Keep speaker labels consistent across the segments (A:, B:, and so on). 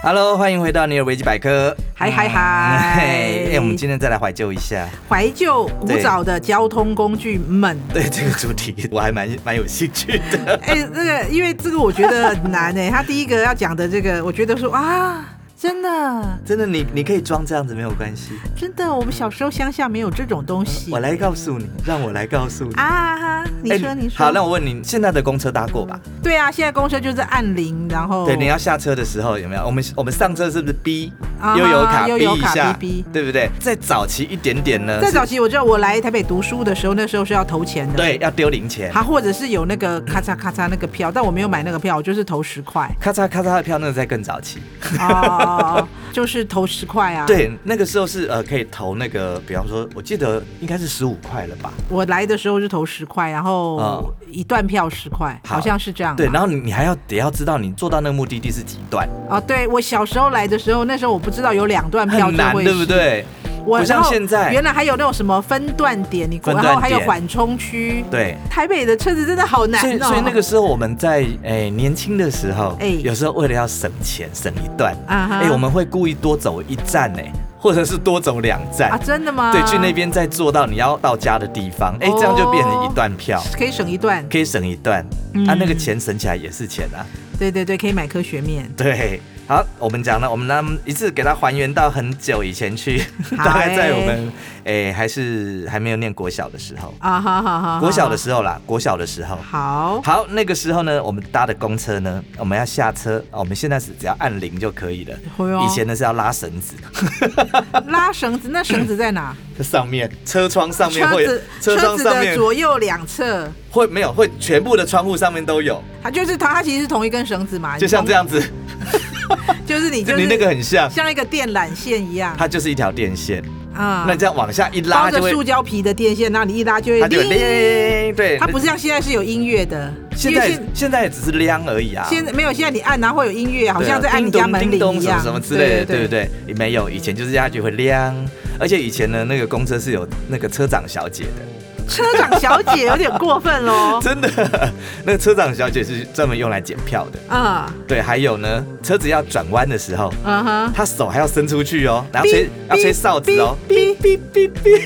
A: Hello，欢迎回到尼尔维基百科。嗯
B: 嗨嗨
A: 哎、
B: 嗨！
A: 我们今天再来怀旧一下，
B: 怀旧古早的交通工具们，
A: 对这个主题我还蛮蛮有兴趣的。
B: 哎、这个因为这个我觉得很难哎、他第一个要讲的这个，我觉得说啊，真的
A: 真的，你你可以装这样子没有关系，
B: 真的，我们小时候乡下没有这种东西
A: 我来告诉你，让我来告诉你。
B: 啊。你
A: 哎
B: 说你说，
A: 好，那我问你，现在的公车搭过吧？
B: 对啊，现在公车就是按铃，然后
A: 对，你要下车的时候有没有？我们我们上车是不是逼
B: 啊
A: 悠游卡
B: 悠
A: 逼
B: 游
A: 一
B: 卡
A: 下
B: 逼逼，
A: 对不对？再早期一点点呢？
B: 在
A: 是
B: 早期我知道我来台北读书的时候，那时候是要投钱的。。
A: 对，要丢零钱。
B: 他或者是有那个咔嚓咔嚓那个票，但我没有买那个票，我就是投十块
A: 咔嚓咔嚓的票，那个在更早期。
B: 哦，就是投十块啊。，
A: 对，那个时候是呃，可以投那个，比方说，我记得应该是十五块了吧？
B: 我来的时候是投十块，然后
A: 哦
B: 一段票十块，
A: 好
B: 好像是这样吧。
A: 对，然后你你还要得要知道你坐到那个目的地是几段，
B: 哦，对我小时候来的时候，那时候我不知道有两段票
A: 很
B: 就
A: 难，
B: 会
A: 对不
B: 是？
A: 对？
B: 我
A: 不像
B: 然后
A: 现在
B: 原来还有那种什么分段点，你
A: 分
B: 然
A: 段
B: 后还有
A: 点
B: 缓冲区。，
A: 对。
B: 台北的车子真的好难
A: 所以，
B: 哦。
A: 所以那个时候我们在哎、年轻的时候，哎、
B: 哎
A: 有时候为了要省钱省一段，哎、
B: 啊哈
A: 我们会故意多走一站哎、或者是多走两站，
B: 啊，真的吗？
A: 对，去那边再坐到你要到家的地方，哎、这样就变成一段票，
B: 可以省一段。
A: 可以省一段，
B: 嗯
A: 啊，那个钱省起来也是钱啊，
B: 对对对，可以买科学面。
A: 对。好，我们讲了，我们呢一次给它还原到很久以前去，
B: 好
A: 大概在
B: 欸
A: 我们哎、还是还没有念国小的时候，
B: 啊，好好好，
A: 国小的时候啦，国小的时候。
B: 好，
A: 好，那个时候呢，我们搭的公车呢，我们要下车，哦我们现在是只要按铃就可以了。
B: 会哦
A: 以前呢是要拉绳子，
B: 拉绳子，那绳子在哪？
A: 上面车窗 上面
B: 车
A: 会
B: 子，
A: 车
B: 车
A: 窗
B: 子
A: 上
B: 的
A: 面
B: 左右两侧，
A: 会没有会全部的窗户上面都有，
B: 它就是它，它其实是同一根绳子嘛，
A: 就像这样子，
B: 你同，就是你就是
A: 你那个很像，
B: 像一个电缆线一样
A: 它就是一条电线，
B: 啊
A: 那这样往下一
B: 包
A: 拉就
B: 着
A: 会
B: 塑，胶皮的电线，那你一拉就会
A: 它就会
B: 叮。
A: 铃，对，
B: 它不是像现在是有音乐的，
A: 现
B: 因为
A: 在现在也只是亮而已啊，
B: 现在没有，现在你按然后会有音乐，好
A: 对啊
B: 像在按你
A: 叮咚
B: 家门铃
A: 叮咚
B: 一
A: 什么
B: 样，
A: 什么之类的，对不？对？也没有，以前就是下去会亮，而且以前呢，那个公车是有那个车长小姐的，，
B: 车长小姐有点过分哦喽
A: 真的，那个车长小姐是专门用来检票的。
B: 啊，
A: 对，还有呢，车子要转弯的时候，
B: 嗯哼。
A: 她手还要伸出去哦，然后吹要吹哨子哦，
B: 哔哔哔哔。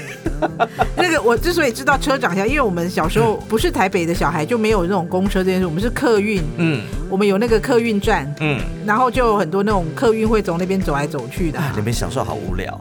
B: 那个我之所以知道车长小，因为我们小时候不是台北的小孩，就没有那种公车这件事，我们是客运，
A: 嗯
B: 我们有那个客运站。
A: 嗯。
B: 然后就有很多那种客运会从那边走来走去的啊、
A: 你们小时候好无 聊，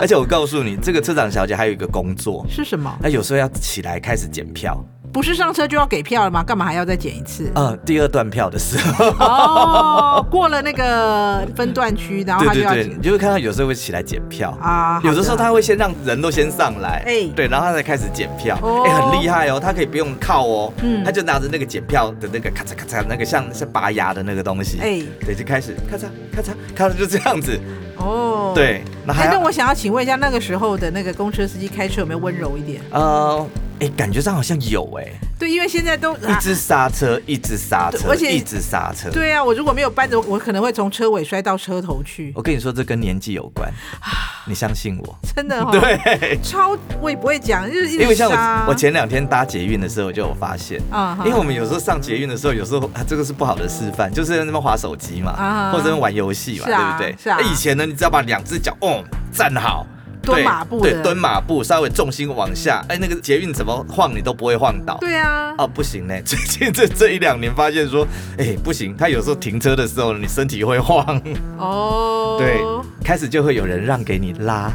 A: 而且我告诉你，这个车长小姐还有一个工作，
B: 是什么？
A: 她有时候要起来开始检票，
B: 不是上车就要给票了吗？干嘛还要再检一 次？
A: 嗯，第二段票的时候，
B: 哦，过了那个分段区，然后
A: 对
B: 他就
A: 对
B: 要
A: 对，
B: 检
A: 你就会看到有时候会起来检票
B: 啊
A: 有的时候
B: 好的
A: 他会先让人都先上来，
B: 哎
A: 对，然后他才开始检票，
B: 哦
A: 哎，很厉害哦，他可以不用靠哦，
B: 嗯
A: 他就拿着那个检票的那个咔嚓咔嚓那个像像拔牙的那个东西，
B: 哎
A: 对，就开始咔嚓咔嚓咔嚓就这样子，
B: 哦。。
A: 对，那
B: 哎
A: 还，
B: 那
A: 要
B: 我想要请问一下，那个时候的那个公车司机开车有没有温柔一点？
A: 呃，哎，感觉上好像有哎，
B: 对，因为现在都
A: 一直刹车，一直刹车，
B: 啊对而且
A: 一直刹车。
B: 对啊，我如果没有扳着，我可能会从车尾摔到车头去，
A: 我跟你说，这跟年纪有关，你相信我。
B: 真啊的哦。，
A: 对，
B: 超我也不会讲，就是 一直
A: 因为像
B: 刹
A: 我，我前两天搭捷运的时候就有发现。
B: 啊哈
A: 因为我们有时候上捷运的时候，有时候啊，这个是不好的示范，就是在那边划手机嘛，
B: 啊
A: 或者在那边玩游戏嘛，
B: 是
A: 对
B: 啊
A: 不对？哎
B: 是啊
A: 那以前呢，你只要把两只脚哦站好，
B: 蹲
A: 对
B: 马步的
A: 对，蹲马步，稍微重心往下，哎，那个捷运怎么晃你都不会晃倒。
B: 对啊，
A: 哦，不行嘞！ 最近这这一两年发现说，哎、不行，他有时候停车的时候，你身体会晃，
B: 哦，
A: 对，开始就会有人让给你 拉，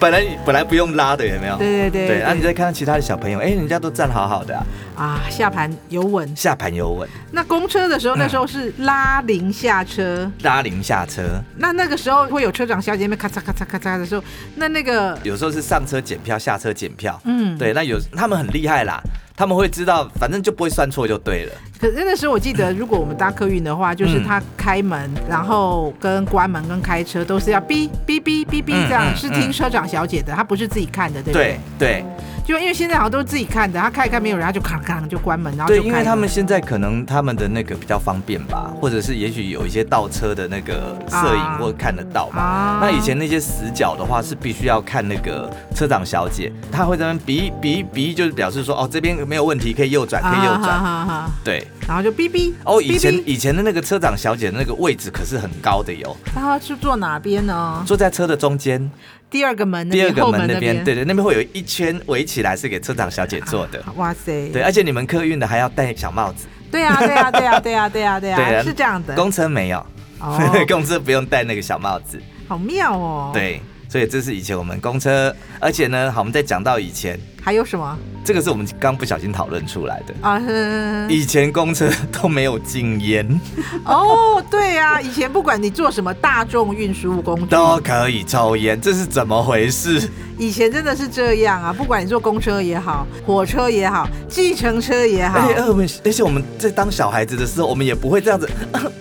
A: 本来本来不用拉的，有没有？
B: 对对对
A: 对，然啊后你
B: 对
A: 再看看其他的小朋友，哎、人家都站好好的、啊，
B: 啊，下盘有稳。
A: 下盘有稳，
B: 那公车的时候，那时候是拉铃下车，
A: 拉铃下车，
B: 那那个时候会有车长小姐妹咔嚓咔嚓咔嚓的时候，那那个
A: 有时候是上车检票，下车检票，
B: 嗯，
A: 对，那有他们很厉害啦，他们会知道，反正就不会算错就对了。
B: 可是那时候我记得，如果我们搭客运的话，就是他开门，然后跟关门跟开车都是要哔哔哔哔哔
A: 嗯
B: 这样，
A: 嗯
B: 是
A: 嗯
B: 听车长小姐的，他不是自己看的，对不对？
A: 对对，
B: 就因为现在好像都是自己看的，他看一看没有人，他就咔咔就关门，然后
A: 对，
B: 就
A: 因
B: 开
A: 为
B: 了
A: 他们现在可能他们的那个比较方便吧，或者是也许有一些倒车的那个摄影
B: 啊
A: 或看得到嘛。
B: 啊
A: 那以前那些死角的话，是必须要看那个车长小姐，她会在那边比一比一比一，就是表示说哦这边没有问题，可以右转，可以右转。
B: 啊哈哈哈
A: 对，
B: 然后就哔哔
A: 哦，以前
B: 哔哔
A: 以前的那个车长小姐的那个位置可是很高的哟，
B: 他是坐哪边呢？
A: 坐在车的中间，
B: 第二个门那
A: 第
B: 边，
A: 二个
B: 后
A: 门那
B: 那
A: 边，对对，那边会有一圈围起来是给车长小姐坐的。
B: 哇塞，
A: 对，而且你们客运的还要戴小帽子，
B: 对啊对啊对啊对啊对啊对
A: 对啊
B: 啊，是这样的
A: 公车没有，
B: 哦，
A: 公车不用戴那个小帽子。
B: 好妙哦。，
A: 对，所以这是以前我们公车，而且呢，好，我们再讲到以前，
B: 还有什么
A: 这个是我们刚不小心讨论出来的。
B: 啊？呵
A: 以前公车都没有禁烟，
B: 哦，对啊，以前不管你做什么大众运输工具，
A: 都可以抽烟，这是怎么回事？
B: 以前真的是这样啊，不管你坐公车也好，火车也好，计程车也好
A: 哎而，且我们，而且我们在当小孩子的时候，我们也不会这样子，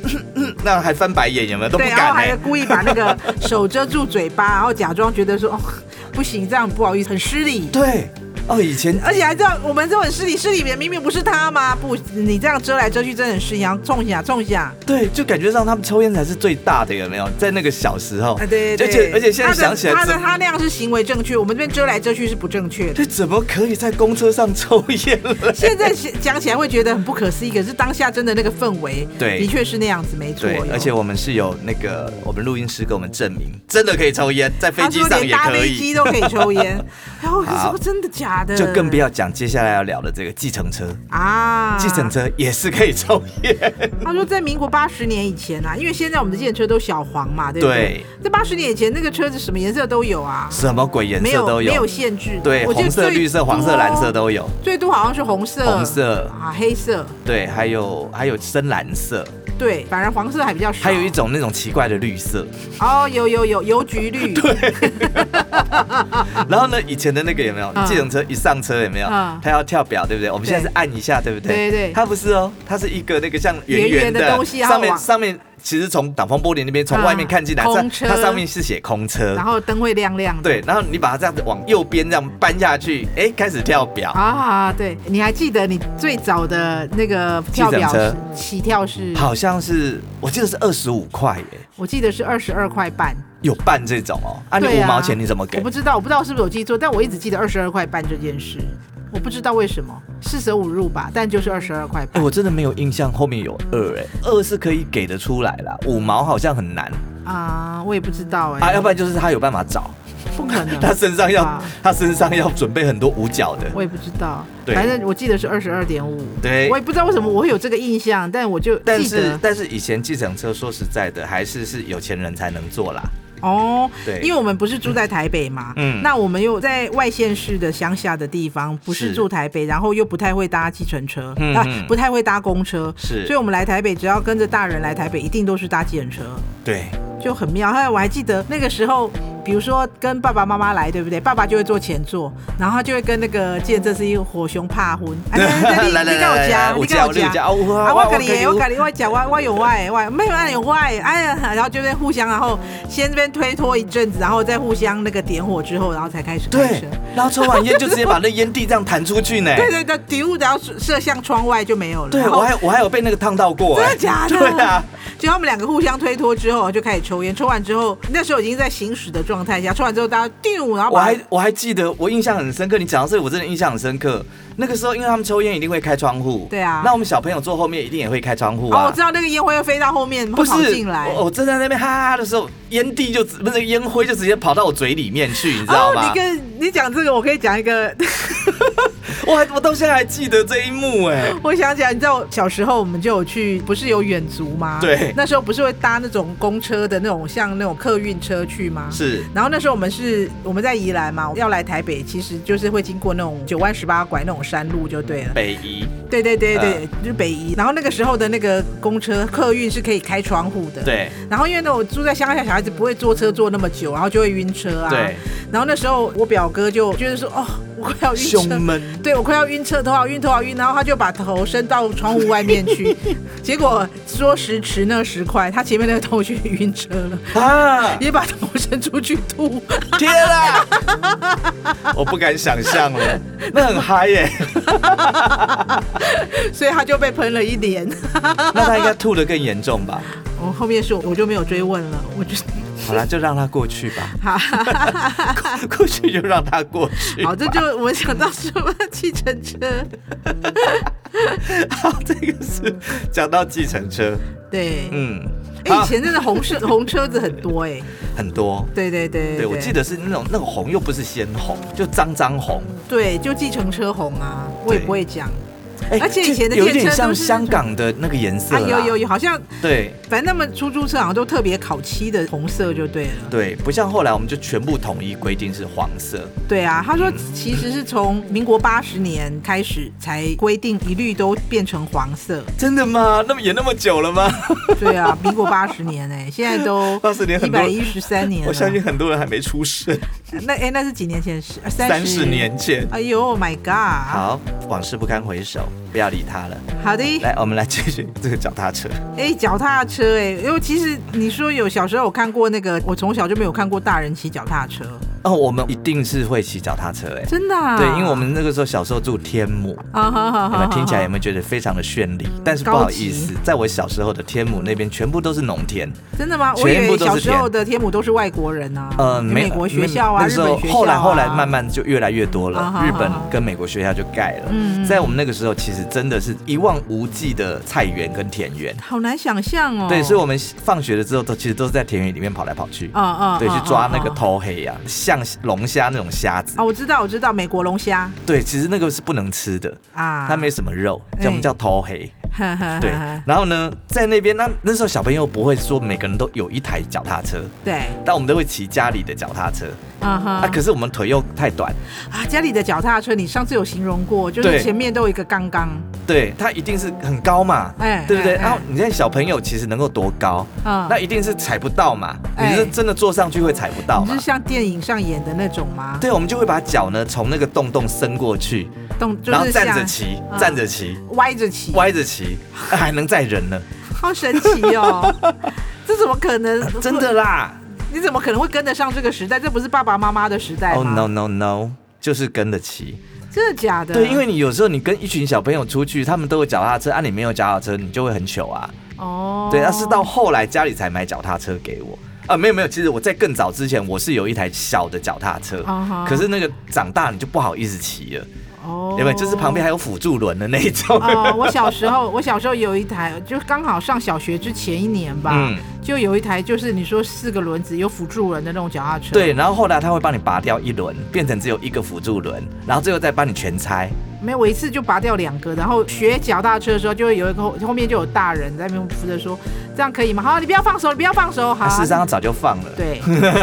A: 那还翻白眼，有没有都不
B: 对，然
A: 敢
B: 后
A: 欸
B: 还
A: 呢、
B: 故意把 那个手遮住嘴巴，然后假装觉得说哦不行，这样不好意思，很失礼。
A: 对，哦，以前
B: 而且还知道我们这种失礼，失礼的明明不是他吗？不，你这样遮来遮去，真的很失礼。然后冲一下，冲一下，
A: 对，就感觉上他们抽烟才是最大的，有没有？在那个小时候，
B: 啊，对
A: 哦而
B: 对
A: 且而且现在
B: 他的
A: 想起来
B: 他的
A: 怎
B: 他那样是行为正确，我们这边遮来遮去是不正确的。
A: 这怎么可以在公车上抽烟 了？
B: 现在讲起来会觉得很不可思议，可是当下真的那个氛围，
A: 对
B: 的确是那样子，没错
A: 对。，而且
B: 有
A: 我们是有那个我们录音师给我们证明，真的可以抽烟，在飞
B: 他
A: 机
B: 说
A: 上
B: 连
A: 也
B: 搭
A: 可
B: 飞机
A: 以。
B: 都可以抽烟，哎然后我就
A: 好
B: 说真的假的？
A: 就更不要讲接下来要聊的这个计程车，
B: 啊！
A: 计程车也是可以抽烟。
B: 他说在民国八十年以前啊，因为现在我们的计程车都小黄嘛，对不对？在八十年以前，那个车子什么颜色都有啊，
A: 什么鬼颜
B: 没
A: 色
B: 有
A: 都
B: 没
A: 有
B: 有，限制的。
A: 对，
B: 我记得
A: 红色、
B: 最
A: 绿色、黄色、
B: 多
A: 蓝色，都有，
B: 最多好像是红色、
A: 红色
B: 啊、黑色，
A: 对，还有还有深蓝色，
B: 对，反而黄色还比较少。
A: 还有一种那种奇怪的绿色。
B: 哦，有有有邮局 绿，
A: 啊然后呢，以前的那个有没有
B: 嗯
A: 计程车一上车有没有
B: 嗯，
A: 它要跳表对不对？我们现在是
B: 对
A: 按一下对不对？
B: 对对
A: 它不是哦，它是一个那个像圆
B: 圆圆的
A: 的
B: 东西然后
A: 上面
B: 往
A: 上面其实从挡风玻璃那边从
B: 啊
A: 外面看进来，
B: 空
A: 它它
B: 车
A: 上面是写空车
B: 然，后灯会亮亮的。
A: 对，然后你把它这样子往右边这样搬下去，哎，开始跳表。
B: 啊，对，你还记得你最早的那个跳表
A: 计程
B: 是起跳是？
A: 好像是，我记得是二十五块耶，
B: 我记得是二十二块半。
A: 有办这种哦。啊，你
B: 对
A: 五
B: 啊
A: 毛钱你怎么
B: 我
A: 给
B: 不？知道，我不知道是不是有记错，但我一直记得二十二块半这件事，我不知道为什么四舍五入吧，但就是二十二块
A: 哎，
B: 半
A: 我真的没有印象后面有二哎，二是可以给得出来啦，五毛好像很难
B: 啊、我也不知道哎、
A: 啊，要不然就是他有办法找。
B: 不可 能，
A: 他身上要
B: 啊
A: 他身上要准备很多五角的，
B: 我也不知道，
A: 对
B: 反正我记得是二十二点五，
A: 对
B: 我也不知道为什么我会有这个印象，但我就
A: 但
B: 记
A: 是
B: 得
A: 但是以前计程车说实在的，还是是有钱人才能坐啦。
B: 哦，
A: 对，
B: 因
A: 为
B: 为我们不是住在台北嘛，
A: 嗯
B: 嗯，那我们又在外县市的乡下的地方，不
A: 是
B: 是住台北，然后又不太会搭计程车，
A: 嗯
B: 啊
A: 嗯，
B: 不太会搭公车，
A: 是
B: 所以我们来台北，只要跟着大人来台北，一定都是搭计程车，
A: 对
B: 就很妙。还有我还记得那个时候，比如说跟爸爸妈妈来，对不对？爸爸就会坐前座，然后他就会跟那个计程车司机火熊怕昏，哎 你
A: 来来
B: 你跟我
A: 来来，
B: 讲，
A: 五
B: 你跟
A: 角
B: 我
A: 六
B: 讲。
A: 角，我
B: 啊，我跟你的，我
A: 我
B: 跟你，我讲，我我有我的，我没有啊，有我的，哎呀，然后就边互相，然后先这边推脱一阵子，然后再互相那个点火之后，然后才开始开
A: 对
B: 车。，
A: 然后抽完烟就直接把那烟蒂这样弹出去呢。
B: 对对对，底物只要射向窗外就没有了。
A: 对，
B: 然后
A: 我还我还有被那个烫到过，
B: 真
A: 哎
B: 的假的？
A: 对啊，，
B: 结果他们两个互相推脱之后，就开始抽烟。抽完之后，那时候已经在行驶的状态下，抽完之后大家丢，然后
A: 我
B: 把
A: 还我还记得，我印象很深刻。你讲到这里，我真的印象很深刻。那个时候，因为他们抽烟一定会开窗户，
B: 对啊
A: 那我们小朋友坐后面一定也会开窗户啊。
B: 哦，我知道那个烟灰会飞到后面，
A: 不
B: 会
A: 是哦
B: 跑进来。
A: 我我正在那边哈哈哈的时候，烟蒂就直不是烟灰就直接跑到我嘴里面去，你知道
B: 哦，
A: 吗？
B: 你跟你讲这个，我可以讲一个
A: 我还我到现在还记得这一幕哎、
B: 我想起来，你知道小时候我们就有去，不是有远足吗？
A: 对
B: 那时候不是会搭那种公车的那种，像那种客运车去吗？。
A: 是
B: 然后那时候我们是我们在宜兰嘛，要来台北，其实就是会经过那种九弯十八拐那种山路就对了。
A: 北移，
B: 对对对
A: 嗯
B: 对，就是北宜。然后那个时候的那个公车客运是可以开窗户的。。
A: 对
B: 然后因为呢，我住在乡下，小孩子不会坐车坐那么久，然后就会晕车啊。
A: 对。
B: 然后那时候我表哥就就是说，哦，我快要晕车
A: 胸。闷。
B: 对我快要晕车，头好晕，头好晕，然后他就把头伸到窗户外 面去，结果说时迟那时快，他前面那个同学晕车了，
A: 啊！
B: 也把头伸出去吐，
A: 天啊！ 我不敢想象了，那很嗨耶、
B: 所以他就被喷了一脸。
A: 那他应该吐得更严重吧？
B: 我后面是我我就没有追问了，我就
A: 好啦，就让他过去吧。
B: 好，
A: 过过去就让他过去。
B: 好，这就我们想到什么计程车？
A: 好，这个是讲到计程车，
B: 对，
A: 嗯，
B: 哎、
A: 好
B: 以前真的 红车红车子很多哎、
A: 很多。
B: 对对对
A: 对，我记
B: 得，
A: 得是那种那种红又不是鲜红，就脏脏红，
B: 对，就计程车红啊，我也不会讲
A: 哎
B: 而且以前的
A: 这有
B: 电
A: 点
B: 车
A: 像
B: 都是
A: 香港的那个颜色
B: 啊，
A: 啦
B: 有有有，好像
A: 对
B: 反正他们出租车好像都特别烤漆的红色就对了。
A: 对，不像后来我们就全部统一规定是黄色，
B: 对啊，他说其实是从民国八十年开始才规定一律都变成黄 色。
A: 真的吗？那么也那么久了吗？
B: 对啊，民国八十年哎、现在都
A: 80年
B: 一
A: 很多
B: 百一十三年了。
A: 我相信很多人还没出生，
B: 那哎、那是几年前的事？啊
A: 三
B: 三
A: 十。年前。
B: 哎呦，My God！
A: 好，往事不堪回首，不要理 他了。
B: 好的，
A: 来，我们来继续这个脚踏车。
B: 哎、脚踏车哎、因为其实你说有小时候有看过那个，我从小就没有看过大人骑脚踏车，
A: 哦，我们一定是会骑脚踏车哎、
B: 真的、啊。
A: 对，因为我们那个时候小时候住天母，
B: 啊哈哈
A: 你
B: 哈，
A: 们听起来有没有觉得非常的绚丽？但是不好意思
B: 高，
A: 在我小时候的天母那边全部都是农田，
B: 真的吗？我以
A: 全部
B: 为
A: 都是
B: 小时候的天母都是外国人啊，
A: 呃，
B: 美国学校
A: 那
B: 啊，
A: 个
B: 日
A: 时候
B: 本学校啊。
A: 后来后来慢，慢就越来越多
B: 啊
A: 了，
B: 哈
A: 日本
B: 哈哈
A: 跟美国学校就盖了
B: 嗯嗯。
A: 在我们那个时候，其实真的是一望无际的菜园跟田园。
B: 好难想象哦。
A: 对，所以我们放学了之后，都其实都是在田园里面跑来跑去，
B: 啊啊，
A: 对，去抓那个
B: 啊
A: 头黑呀、像龙虾那种虾子
B: 啊。啊，我知道我知道，美国龙虾
A: 对，其实那个是不能吃的，
B: 啊，
A: 它没什么肉，
B: 哎
A: 叫我们叫头黑。
B: 呵呵呵
A: 对，然后呢，在那边那那时候小朋友不会说每个人都有一台脚踏车，
B: 对，
A: 但我们都会骑家里的脚踏车。
B: 啊哈
A: 啊，可是我们腿又太短，
B: 啊，家里的脚踏车，你上次有形容过，就
A: 对
B: 是前面都有一个钢缸，
A: 对，它一定是很高嘛，
B: 哎
A: 对不对？
B: 哎哎
A: 然后你现在小朋友其实能够多高，
B: 嗯
A: 那一定是踩不到嘛，
B: 哎
A: 你是真的坐上去会踩不到
B: 你
A: 嘛
B: 是？像电影上演的那种吗？
A: 对，我们就会把脚呢从那个洞洞伸过去，
B: 动就
A: 然后
B: 是
A: 站着
B: 像
A: 骑，
B: 嗯
A: 站着骑，
B: 歪着骑，
A: 歪着骑，啊还能载人 呢，
B: 好神 奇哦！这怎么可能？
A: 啊真的啦
B: 你怎么可能会跟得上这个时代？这不是爸爸妈妈的时代吗
A: ！Oh no no no，就是跟着骑。
B: 真的假的？
A: 对，因为你有时候你跟一群小朋友出去，他们都有脚踏车，啊，你没有脚踏车，你就会很糗啊。
B: 哦，
A: 对，那是到后来家里才买脚踏车给我。啊，没有没有，其实我在更早之前，我是有一台小的脚踏车
B: 啊哈
A: 可是那个长大你就不好意思骑了，
B: 哦，
A: 因为、就是旁边还有辅助轮的那一种。
B: 哦，我小时候，我小时候有一台，就刚好上小学之前一年吧，
A: 嗯
B: 就有一台，就是你说四个轮子有辅助轮的那种脚踏车。，
A: 对，然后后来他会帮你拔掉一轮，变成只有一个辅助轮，然后最后再帮你全拆。
B: 没有我一次就拔掉两个，然后学脚踏车的时候，就会有一个后后面就有大人在那边扶着说，这样可以吗？好，你不要放手，你不要放手，好。
A: 啊、事实上他早就放了。
B: 对，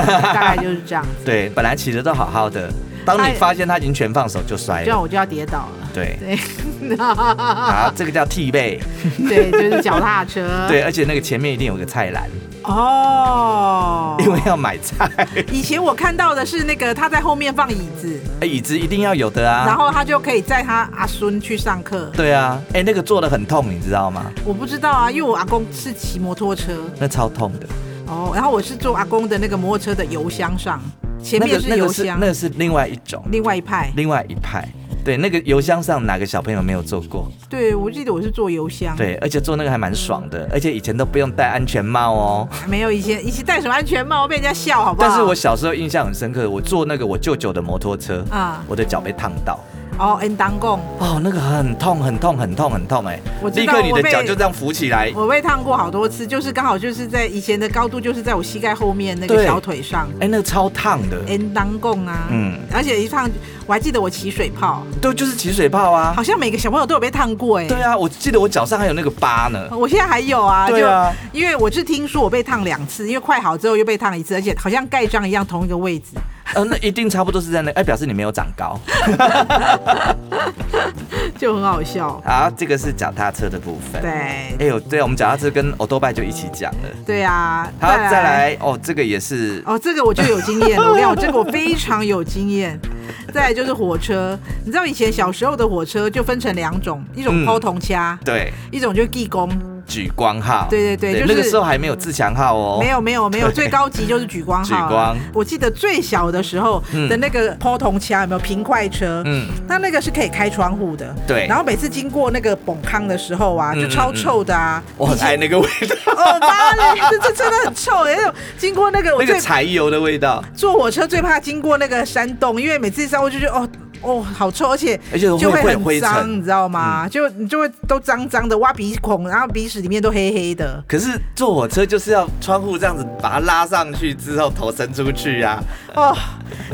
B: 大概就是这样子，
A: 对，本来骑的都好好的，当
B: 哎
A: 你发现他已经全放手就摔
B: 这样
A: 了。
B: 我就要跌倒了。
A: 对，
B: 对，
A: 啊，这个叫替背。
B: 对，就是脚踏车。
A: 对，而且那个前面一定有个菜篮，
B: 哦，
A: 因为要买菜，
B: 以前我看到的是那个他在后面放椅子，
A: 哎椅子一定要有的啊。
B: 然后他就可以载他阿孙去上课。
A: 对啊，哎、那个坐的很痛，你知道吗？
B: 我不知道啊，因为我阿公是骑摩托车
A: 那超痛的。
B: 哦，然后我是坐阿公的那个摩托车的油箱上，前面
A: 那个那
B: 油
A: 个是
B: 箱，
A: 那个是另外一种，
B: 另外一派。
A: 另外一派。对，那个油箱上哪个小朋友没有坐过？
B: 对，我记得我是坐油箱。，
A: 对，而且坐那个还蛮爽的，而且以前都不用戴安全帽哦。
B: 没有以前以前戴什么安全帽被人家笑，好不好？
A: 但是我小时候印象很深刻，我坐那个我舅舅的摩托车，
B: 啊
A: 我的脚被烫到，
B: 哦，N 当贡，
A: 哦，那个很痛，很痛，很痛，很痛，哎，
B: 我知
A: 立
B: 道
A: 刻你的
B: 我被
A: 脚就这样浮起来，
B: 我被烫过好多次，就是刚好就是在以前的高度，就是在我膝盖后面那个
A: 对
B: 小腿上。
A: 哎，那个超烫的，
B: N 当贡啊，
A: 嗯
B: 嗯，而且一烫，我还记得我起水泡，
A: 对，就是起水泡啊。
B: 好像每个小朋友都有被烫过哎、
A: 对啊，我记得我脚上还有那个疤呢。
B: 我现在还有啊，
A: 对啊
B: 就因为我是听说我被烫两次，因为快好之后又被烫一次，而且好像盖章一样同一个位置。
A: 呃，那一定差不多是在那，哎，表示你没有长高。
B: 就很好笑。
A: 好，这个是脚踏车的部分。
B: 对
A: 哎呦，对，我们脚踏车跟欧多拜就一起讲了。
B: 对啊，
A: 好，再来哦，这个也是
B: 哦，这个我就有经验了。我跟你讲，这个我非常有经验。再来就是火车，你知道以前小时候的火车就分成两种，一种
A: 嗯
B: 抛铜掐，
A: 对，
B: 一种就是地宫，
A: 举光号，
B: 对对对就是
A: 那个时候还没有自强号哦，
B: 没有没有没有，最高级就是举光号啊。
A: 举光
B: 我记得最小的时候
A: 嗯
B: 的那个抛铜掐有没有平快车？
A: 嗯，
B: 它那个是可以开窗户的，
A: 对嗯
B: 然后每次经过那个崩康的时候啊，就超臭的啊！
A: 我很爱那个味道，
B: 哦，妈的，这这真的很臭！哎，经过那个 我
A: 那
B: 最
A: 个柴油的味道，
B: 坐火车最怕经过那个山洞，因为每次上过去就哦哦好臭，而且
A: 而且会
B: 就
A: 会
B: 会
A: 嗯
B: 很
A: 灰
B: 脏，
A: 尘。
B: 你知道吗？就你就会都脏脏的，挖鼻孔，然后鼻屎里面都黑黑的。
A: 可是坐火车就是要窗户这样子把它拉上去之后，头伸出去啊，
B: 哦，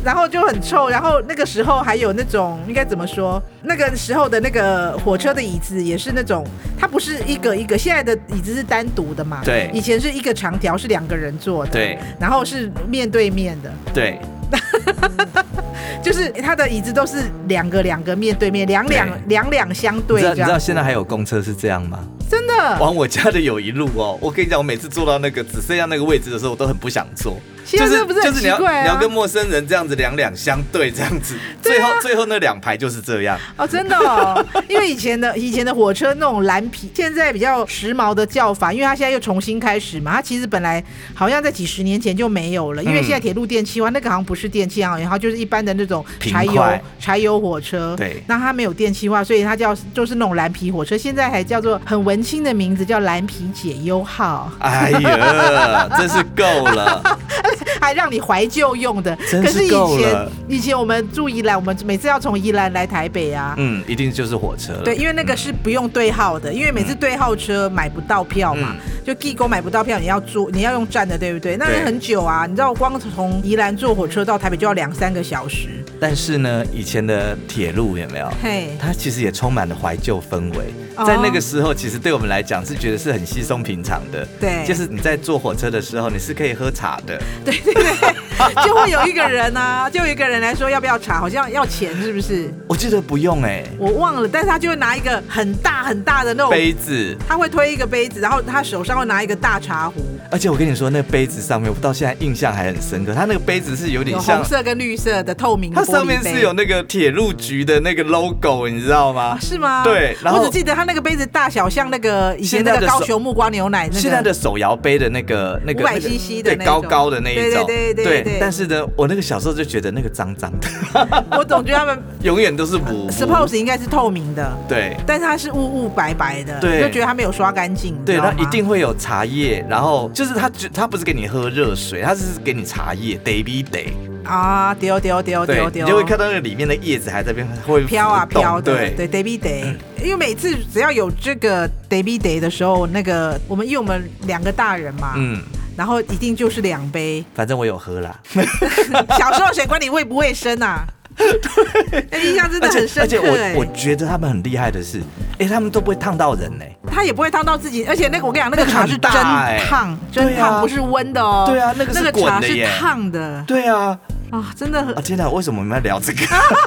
B: 然后就很臭，然后那个时候还有那种应该怎么说？那个时候的那个火车的椅子也是那种，它不是一个一个，现在的椅子是单独的嘛？
A: 对嗯
B: 以前是一个长条，是两个人坐的，，
A: 对
B: 然后是面对面的，
A: 对，
B: 就是它的椅子都是两个两个面对面，两两
A: 对
B: 两两相
A: 你
B: 对
A: 知道
B: 这
A: 你知道
B: 样，
A: 现在还有公车是这样吗？
B: 真的，
A: 往我家的有一路哦，我跟你讲，我每次坐到那个只剩下那个位置的时候，我都很不想坐。
B: 现在这啊不是
A: 就
B: 很
A: 是你
B: 奇
A: 要
B: 怪
A: 你要
B: 啊？
A: 跟陌生人这样子两两相对这样子，最后最后那两排就是这样。
B: 哦，真的、哦， 因为以前的以前的火车那种蓝皮，现在比较时髦的叫法，因为它现在又重新开始嘛。它其实本来好像在几十年前就没有了，因为
A: 嗯
B: 现在铁路电气化那个好像不是电气化，然后就是一般的那种
A: 平
B: 柴油
A: 快
B: 柴油火车。
A: 对
B: 那它没有电气化，所以它叫就是那种蓝皮火车，现在还叫做很文青的名字，叫蓝皮解忧号，
A: 哎呀，真是够了，
B: 还让你怀旧用的。
A: 真
B: 可
A: 是
B: 是以
A: 够
B: 前
A: 了
B: 以前我们住宜兰，我们每次要从宜兰来台北啊，
A: 嗯，一定就是火车了。嗯
B: 对，，因为那个是不用对号的，因为每次对号车买不到票嘛，就地沟买不到票，你要坐，你要用站的，对不对？那
A: 对
B: 很久啊，你知道，光从宜兰坐火车到台北就要两三个小时，
A: 但是呢，以前的铁路有没有？
B: 嘿，
A: 它其实也充满了怀旧氛围
B: 哦，
A: 在那个时候，其实对我们来讲是觉得是很稀松平常的。
B: 对
A: 就是你在坐火车的时候，你是可以喝茶的。
B: 对对对，就会有一个人啊，就有一个人来说要不要查，好像要钱是不是？
A: 我记得不用哎、
B: 我忘了，但是他就会拿一个很大很大的那种，
A: 杯子，
B: 他会推一个杯子，然后他手上会拿一个大茶壶，
A: 而且我跟你说，那杯子上面，我到现在印象还很深刻。它那个杯子是有点
B: 有
A: 像
B: 红，色跟绿色的透明的
A: 它
B: 玻璃杯，
A: 上面是有那个铁路局的那个 logo，你知道吗
B: 啊？是吗？
A: 对然后
B: 我只记得它那个杯子大小像那个以
A: 现
B: 前那
A: 在
B: 个
A: 的手
B: 高雄木瓜牛奶那个。
A: 现在的手摇杯的那个那个那个
B: 500cc 的
A: 对
B: 那
A: 高
B: 种
A: 高的那一种，
B: 对对对对对
A: 但是呢，我那个小时候就觉得那个脏脏的，
B: 我总觉得他们
A: 永远都是糊糊。
B: 呃 suppose 应该是透明的，
A: 对
B: 但是它是雾雾白白的，
A: 对
B: 就觉得它没有刷干净。
A: 对，
B: 你知道
A: 它一
B: 吗
A: 定会有茶叶，然后就是它就它不是给你喝热水，它是给你茶叶，baby day，
B: 啊，丢丢丢
A: 对
B: 丢，
A: 你
B: 丢，
A: 就会看到那个里面的叶子还在边会
B: 飘啊
A: 浮动
B: 飘的，
A: 对嗯
B: 对，David Day，因为每次只要有这个 David Day 的时候，那个我们因为我们两个大人嘛，
A: 嗯，
B: 然后一定就是两杯。
A: 反正我有喝啦。
B: 小时候谁管你卫不卫 生啊？那印象真的
A: 而
B: 很
A: 且而
B: 深
A: 且
B: 刻哎、
A: 我我觉得他们很厉害的是，哎、他们都不会烫到人呢、
B: 他也不会烫到自己，而且那个我跟你讲，那个
A: 那个
B: 茶
A: 很
B: 是真
A: 大欸
B: 烫，真
A: 对啊
B: 烫，不是温的哦。
A: 对啊那个是
B: 那个
A: 滚
B: 茶
A: 的
B: 是
A: 耶
B: 烫的
A: 对啊，
B: 啊，真的很
A: 啊天哪，为什么我们要聊这个？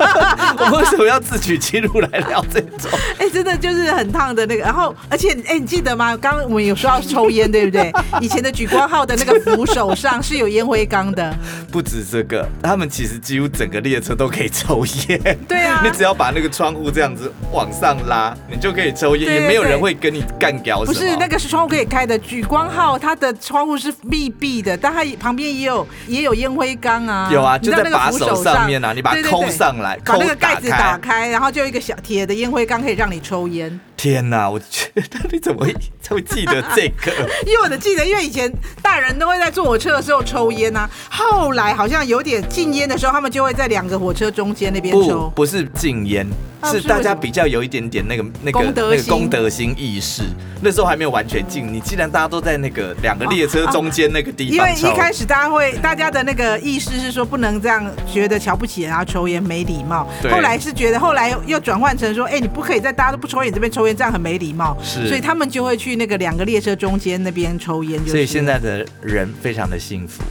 A: 我们为什么要自取其辱来聊这种？
B: 哎，真的就是很烫的那个。然后，而且哎，你记得吗？刚刚我们有说要抽烟，对 不对？以前的举光号的那个扶手上是有烟灰缸 的，
A: 不止这个，他们其实几乎整个列车都可以抽烟。
B: 对啊
A: 你只要把那个窗户这样子往上拉，你就可以抽烟，
B: 对对
A: 也没有人会跟你干掉什
B: 不
A: 么。
B: 是那个是窗户可以开的。举光号它的窗户是密闭的，但它旁边也有也有烟灰缸啊。
A: 有啊，
B: 你知
A: 就
B: 道
A: 在
B: 那个
A: 把
B: 扶
A: 手上面啊，你把
B: 对
A: 它
B: 对
A: 抠
B: 对
A: 上来，
B: 把
A: 抠
B: 那个盖子打
A: 打开。
B: 开，然后就有一个小铁的烟灰缸可以让你抽烟。
A: 天哪，我觉得你怎么会会记得这个？
B: 因为我的记得，因为以前大人都会在坐火车的时候抽烟呐、后来好像有点禁烟的时候，他们就会在两个火车中间那边
A: 不
B: 抽，。
A: 不是禁烟，
B: 啊
A: 是
B: 是
A: 大
B: 为什
A: 家
B: 么
A: 比较有一点点那个那个
B: 公德
A: 那个
B: 心
A: 公德心意识。那时候还没有完全禁，你既然大家都在那个两个列车中间那个地
B: 因
A: 方
B: 为
A: 抽，
B: 一开始大家会，大家的那个意识是说不能这样，觉得瞧不起人啊，抽烟没礼貌。
A: 对
B: 后来是觉得，后来又转换成说，哎、你不可以在大家都不抽烟这边抽烟，这样很没礼貌。
A: 是
B: 所以他们就会去那个两个列车中间那边抽烟、就是。
A: 所以现在的人非常的幸福，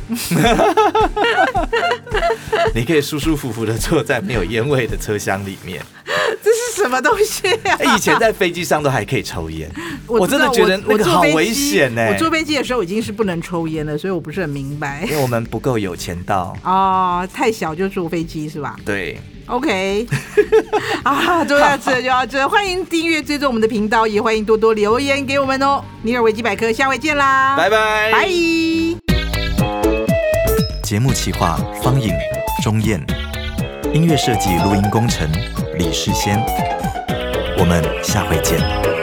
A: 你可以舒舒服服的坐在没有烟味的车厢里面。
B: 这是什么东西啊？
A: 哎以前在飞机上都还可以抽烟，
B: 我
A: 我真的
B: 不知
A: 觉
B: 道
A: 得
B: 我
A: 那个
B: 坐
A: 好
B: 飞机
A: 危险欸呢
B: 我坐飞机的时候已经是不能抽烟了，所以我不是很明白
A: 因。为我们不够有钱到。
B: 哦，太小就坐飞机是吧
A: 对，
B: ？OK，啊，就到这就到这，欢迎订阅追踪我们的频道，也欢迎多多留言给我们哦。尼尔维基百科，下回见啦，
A: 拜拜。
B: 拜。
A: 节目企划：方颖、钟燕，音乐设计、录音工程：李世先。我们下回见。